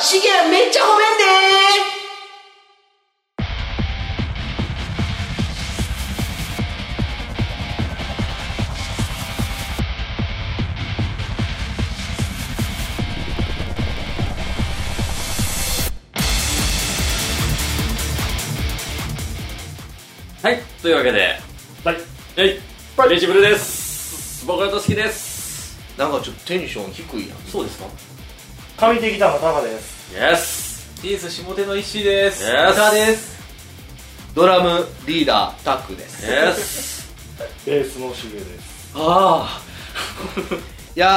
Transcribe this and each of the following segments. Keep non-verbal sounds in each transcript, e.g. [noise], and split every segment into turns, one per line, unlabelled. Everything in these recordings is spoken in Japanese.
シゲアめっちゃ褒めんで
はい、というわけで、
はい
はい、レジブルです。僕はとしきです。
なんかちょっとテンション低いな
そうですか
上手ギターのタカです
イエス
ティース下手の石井です。
Yes
歌です。
ドラムリーダータックです
イエス
ベースのシゲです
ああ [laughs] いや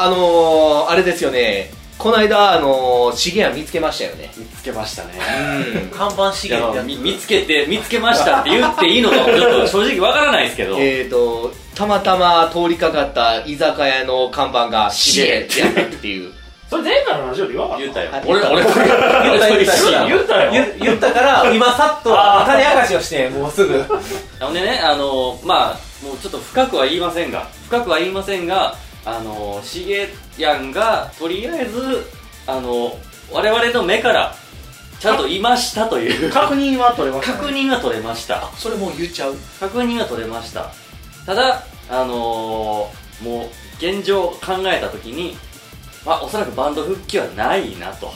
ーあのー、あれですよねこの間あのー、シゲア見つけましたよね
見つけましたね。
うん
[laughs] 看板資
いや
源ってやつ
み見つけて、見つけましたって言っていいのかもちょっと正直わからないですけど、
えーとたまたま通りかかった居酒屋の看板がシゲってやったっていう
それ前回のラジオで言わなか
言っ
った
よ
あ。
俺、俺、
言った
俺、
言った
そう
た言ったよ
言言ったから、今さっと
あー
種明かしをして、もうすぐ。
ほんでね、あのまあ、もうちょっと深くは言いませんが、深くは言いませんが、あのしげやんが、とりあえず、あの我々の目から、ちゃんといましたという、
確認は取れましたね
確認が取れました。
[laughs] それもう言っちゃう
確認が取れましたただあのー、もう現状考えた時にまあおそらくバンド復帰はないなと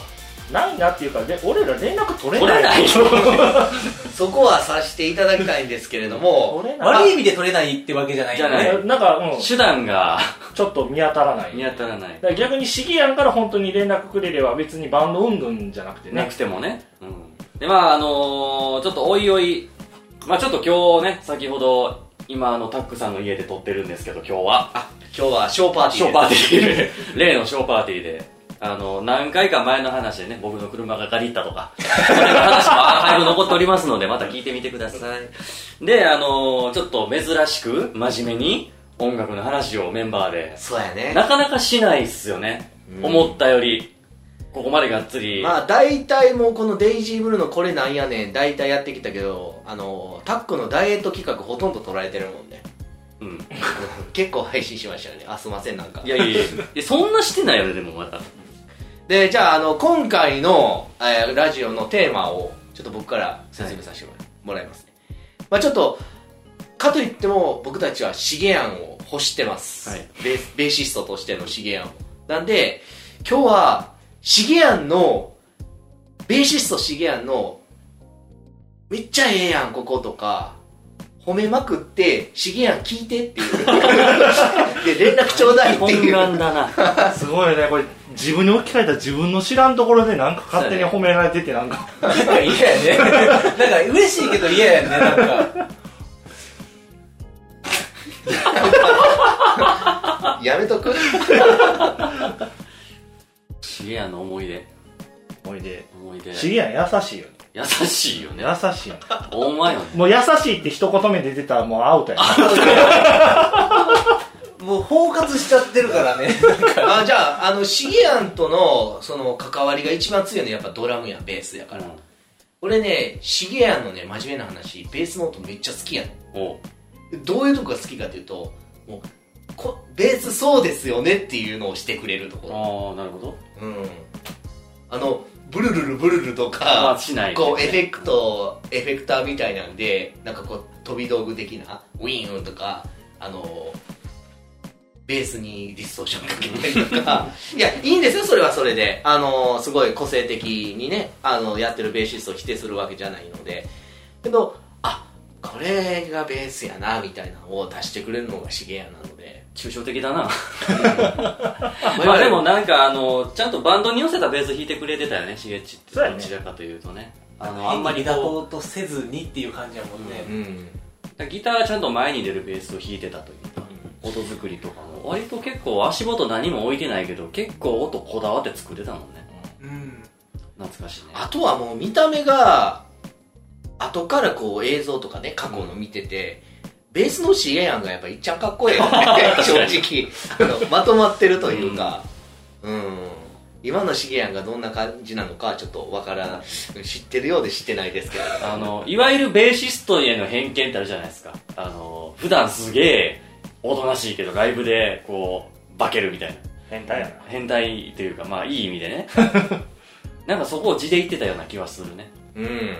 ないなっていうかで俺ら連絡取れ
取
な
れ
い
ない
[laughs]
そこはさしていただきたいんですけれども
[laughs]
取れない
悪い意味で取れないってわけじゃないんだ
じゃない
ね。
なんか、うん、
手段が
ちょっと見当たらない
見当たらない
だから逆にシゲアンから本当に連絡くれれば別にバンドうんぬんじゃなくて
な [laughs]
ね
くてもね、うん、でまああのー、ちょっとおいおいまあちょっと今日ね先ほど今あのタックさんの家で撮ってるんですけど今日はあ
今日はショーパーティー
ショー
で
パーティーで [laughs] 例のショーパーティーであの何回か前の話でね僕の車が借りったとかその話もアーカイブ残っておりますのでまた聞いてみてくださいであのちょっと珍しく真面目に音楽の話をメンバーです
そう
[laughs]
やね
なかなかしないっすよね、思ったよりここまでがっつり、
まあ大体もうこのデイジーブルーのこれなんやねん大体やってきたけどあのタックのダイエット企画ほとんど取られてるもんね [laughs]
うん
結構配信しましたよねあすいませんなんか
いやいやいやいやそんなしてないよねでもまだ
でじゃああの今回の、えーラジオのテーマをちょっと僕から説明させてもらいますね、まあちょっとかといっても僕たちはシゲアンを欲してます、
はい
ベースベーシストとしてのシゲアンをなんで今日はシゲアンのベーシストシゲアンのめっちゃええやんこことか褒めまくってシゲアン聞いてっていう
[laughs]
で連絡ちょうだいって
本
いう
願だな
すごいねこれ自分に置き換えたら自分の知らんところでなんか勝手に褒められててなんか
なんか嫌やね。なんか嬉しいけど嫌やね、なん [laughs] か。
やめとく
シゲアの思い出
おいで
[laughs] 思い出
シゲアン優しいよね
優しいよね
優しいよね
お前よね
もう優しいって一言目で出てたらもうアウトやね
もう包括しちゃってるからね。
あじゃああのシゲアンとのその関わりが一番強いのはやっぱドラムやベースやから、俺ねシゲアンのね真面目な話ベースの音めっちゃ好きやの
うんおう
どういうとこが好きかというともうこベースそうですよねっていうのをしてくれるとこ
ああなるほど
ろうんあのブルルルブルル
ま
とか
あしない
こうエフェクトエフェクターみたいなんでなんかこう飛び道具的なウィーンとかあのベースにディストーションかけたりとかいやいいんですよそれはそれであのすごい個性的にねあのやってるベーシストを否定するわけじゃないのでけどあこれがベースやなみたいなのを出してくれるのがシゲやなので
抽象的だなま
ま
あ
あ
で
で
も
も
なんかあのちゃんとバンドに寄せたベース弾いてくれてたよねしげちって
そうやね
どちらかというとね
あ
あの
の、
あ
あ
ん
ん
ま
ま
り
り
こ
こうとせずにっていう感じやもんね。
うん
うギターがちゃんと前に出るベースを弾いてたというか音作りとかも割と結構足元何も置いてないけど結構音こだわって作ってたもんね
うん。
懐かしいね
あとはもう見た目が後からこう映像とかね過去の見てて、ベースのシゲアンがやっぱいっちゃんかっこええよね正直あのまとまってるというかうん、今のシゲアンがどんな感じなのかちょっとわからん知ってるようで知ってないですけど
あの、いわゆるベーシストへの偏見ってあるじゃないですか。あの、普段すげえ、おとなしいけど、ライブで、こう、化けるみたいな。
変態やな [laughs]
変態というか、まあ、いい意味でね。なんかそこを地で言ってたような気はするね。
うん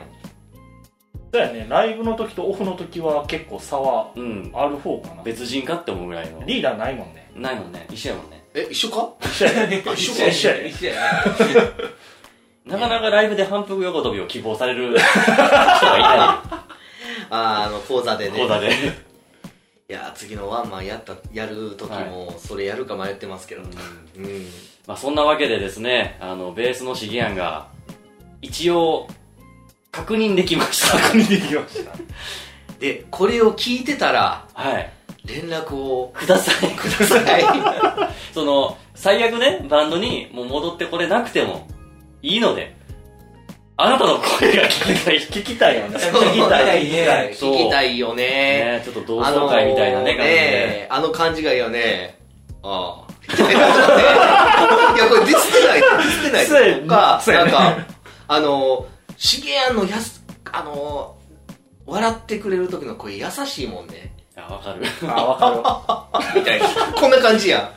そうやねライブの時とオフの時は結構差は
うん。
ある方かな
別人かって思うぐらいの。
リーダーないもんね
ないもんね。一緒やもんね。
え一緒か
一緒やね
一緒
一緒や一緒や
一緒やな
なかなかライブで反復横跳びを希望され
[laughs]
る人が
あーあの講座
い
で
[laughs]
ない。
ね
講座で。
いやー次のワンマンやったやる時もそれやるか迷ってますけど、うん
まあそんなわけでですね、あの、ベースのシゲアンが、一応、確認できました。
確認できました
でこれを聞いてたら
はい。
連絡を
ください。
ください
その、最悪ね、バンドにもう戻ってこれなくてもいいので、あなたの声が聞きたい。ね
聞きたいよね
そう
聞きたいね
そう
聞きたいよね
ちょっと同窓会みたいなね、
あのー
感じで。
ねあの感じがいいよねああ [laughs] いやこれディスってないディスってない
そうやね
とか
そうや
なん
ね
かあのーしげやんのやすあのー笑ってくれる時の声優しいもんね
あ、わかる。
あわか
みたいなこんな感じやん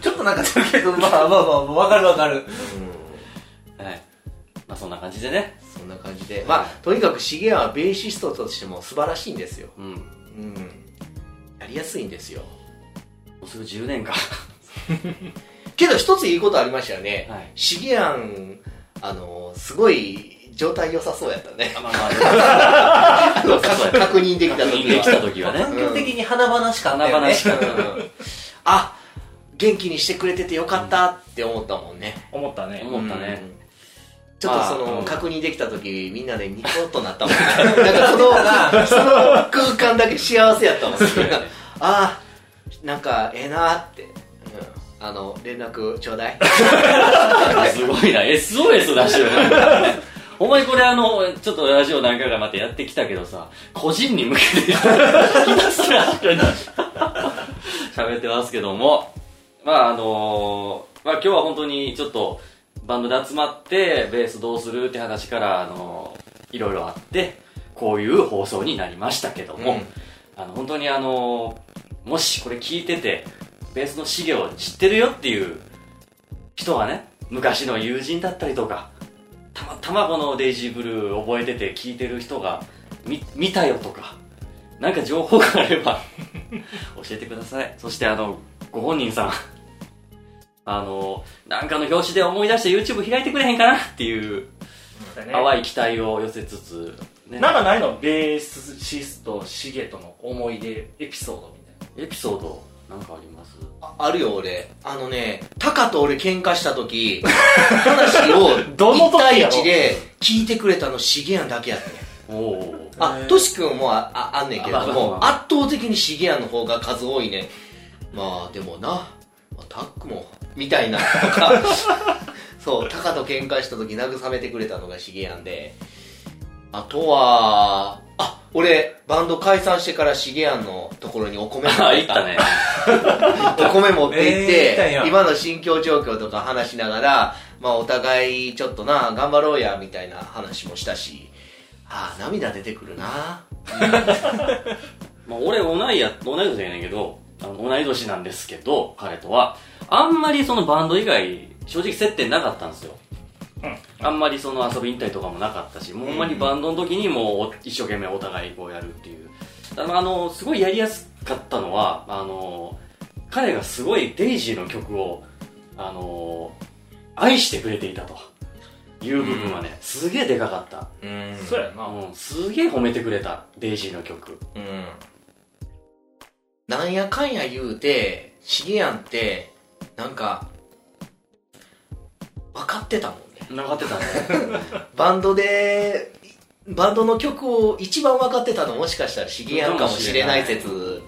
ちょっとなんかだけどまあまあまあわかるわかる
[laughs] はい。まあそんな感じでね。
そんな感じで、まあ、とにかくシゲアはベーシストとしても素晴らしいんですよ。
うん。も
うん。やりやすいんですよ。
うすぐ10
[laughs]
年か。
けど一ついいことありましたよね。
はい
シゲアン、あの、すごい状態良さそうやった
[laughs]
ね。
まあま
[laughs]
あのか確認できた
確
時
認できた
は。
時は
環 [laughs]
ね。
境的に華々しかったよね
華々しかった
うんあ、元気にしてくれててよかったって思ったもんね。
る思ったね
思ったね。
ちょっとそ
まあう
の
ん
確認できた時みんなでニコッとなったも
[laughs]
んねなんかそのその空間だけ幸せやった
[laughs]
もんねああなんかええなーって、うん、あの連絡ちょうだい
すごいな、SOS 出してるな。お前これあの、ちょっとラジオ何回かまたやってきたけどさ、個人に向けてひたすら喋ってますけども、まああのまあ今日は本当にちょっとバンドで集まって、ベースどうするって話から、あのいろいろあって、こういう放送になりましたけども、
うん
あの本当にあのもしこれ聞いてて、ベースの資料を知ってるよっていう人がね、昔の友人だったりとか、たまたまこのデイジーブルー覚えてて聞いてる人が、み、見たよとか、なんか情報があれば、教えてください。そしてあの、ご本人さん、あの、なんかの表紙で思い出して YouTube 開いてくれへんかなっていう、
淡い
淡い期待を寄せつつ、ね、
なんかないのベースシストシゲとの思い出エピソードみたいな
エピソード、なんかあります
ああるよ俺あのねタカと俺喧嘩した時話を
どの
1対
時やろ
1で聞いてくれたのシゲアンだけやったね
おお。
あ
へー
トシ君もあああんねんけれども
あまあ
圧倒的にシゲアンの方が数多いねまあでもな、まあタックもみたいなとかそうタカと喧嘩した時慰めてくれたのがシゲアンであとはあ俺バンド解散してからシゲアンのところにお米持
あ、
って
い
い
っ
った
たね。
えー行っ
お米持って行っ
たん
て
や、
今の心境状況とか話しながら、まあお互いちょっとな、頑張ろうや、みたいな話もしたし、ああ、涙出てくるな。
まあ、俺同いや、同い年やねんけど、あの同い年なんですけど、彼とは、あんまりそのバンド以外、正直接点なかったんですよ。あんまりその遊び引退とかもなかったし、もうほんまにバンドの時にもう一生懸命お互いこうやるっていう。ただまああの、すごいやりやすかったのは、あの、彼がすごいデイジーの曲を、あの、愛してくれていたという部分はね、すげえでかかった。
うん
そうやな
うん、すげえ褒めてくれた、デイジーの曲。
うん。なんやかんや言うて、シゲアンって、なんか、分かってたもんね。
なかってたね。 [laughs]
バンドで、バンドの曲を一番分かってたのもしかしたらシゲアンかもしれない説、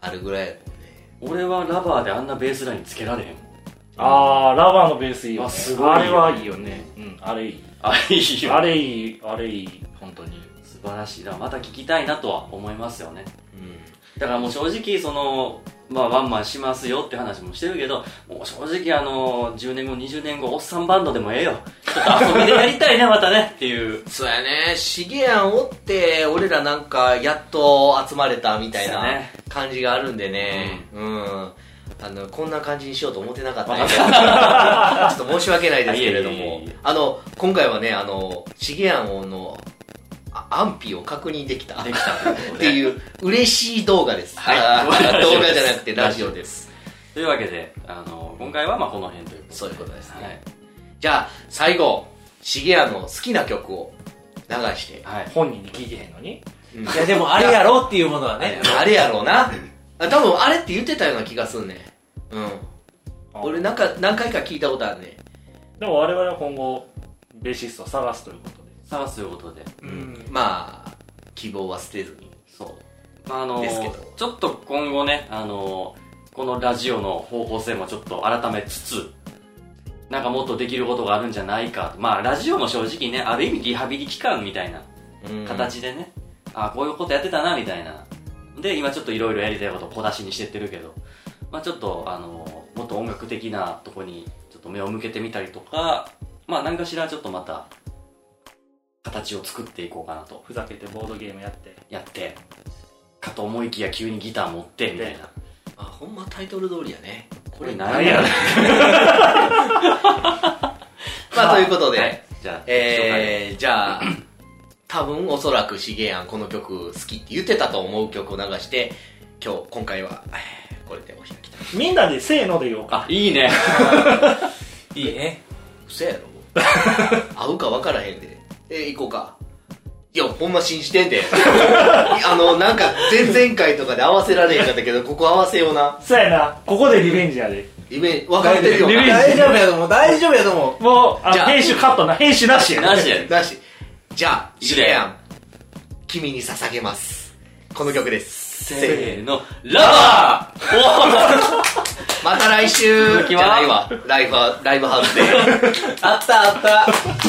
あるぐらいやもんね。
俺はラバーであんなベースラインつけられへん
あーラバーのベースいいよ、ね、
あすごいよ
あれはいいよねうんあれいい
あいいよ
あれいいあれいい本当に
素晴らしいだからまた聞きたいなとは思いますよね
うん。
だからもう正直そのまあワンマンしますよって話もしてるけどもう正直あの10年後20年後おっさんバンドでもええよちょっと遊びでやりたいねまたねっていう
そうやね、シゲアンおって、俺らなんかやっと集まれたみたい
そう
な
やね
感じがあるんでね、うん。あのこんな感じにしようと思ってなかったねちょっと申し訳ないですけれど
あいえいえ
も
いえいえ
あの今回はねあのシゲアンのあ安否を確認できた
できたということで
っていう嬉しい動画です、
はい [laughs]
あー動画じゃなくてラ
ラ
ジ
ジ
オ
オ
で
ですというわけで、あの、今回はまあこの辺ということで。
そういうことですね
はい
じゃあ最後シゲアンの好きな曲を流して
はい。
本人に聞いてへんのに
うん
いやでもあれやろっていうものはね
あれやろうなあ多分あれって言ってたような気がすんねうん俺なんか何回か聞いたことあるね
でも我々は今後ベーシストを探すということで
さあ、そういうことで。
うん
まあ希望は捨てずに
そう。まあ、あの
ですけど、
ちょっと今後ね、あの、このラジオの方向性もちょっと改めつつ、なんかもっとできることがあるんじゃないか。まあ、ラジオも正直ね、ある意味リハビリ期間みたいな
うん
形でね、あこういうことやってたな、みたいな。で、今ちょっといろいろやりたいことを小出しにしてってるけど、まあちょっと、あの、もっと音楽的なとこにちょっと目を向けてみたりとか、まあ何かしらちょっとまた、形を作っていこうかなと。
ふざけてボードゲームやって
やって、かと思いきや急にギター持って、みたいな。
あほんまタイトル通りやね
これ何やろ
まあということで、
はいじゃあ、
えー、じゃあ多分おそらくしげやんこの曲好きって言ってたと思う曲を流して今日今回はえーこれでお開きだ
みんなでせーので言おうか
あ、いいね。
いいね
嘘やろ [laughs] 合うか分からへんでえー、行こうかいやほんま信じてんで [laughs] あのなんか前々回とかで合わせられへんかったけどここ合わせような
そうやなここでリベンジやで
イメージ分かってるよ
リベンジ
な
大丈夫やと思う大丈夫やと思う
もうあ
じゃあ
編集カットな編集なしや
なしやで。
なしじゃあ
い
し
く
げ
で
やん君に捧げますこの曲です
せーの、ラバーおー
また来週
続き
[laughs]
は
じゃないわライブハライブハウスで
あったあった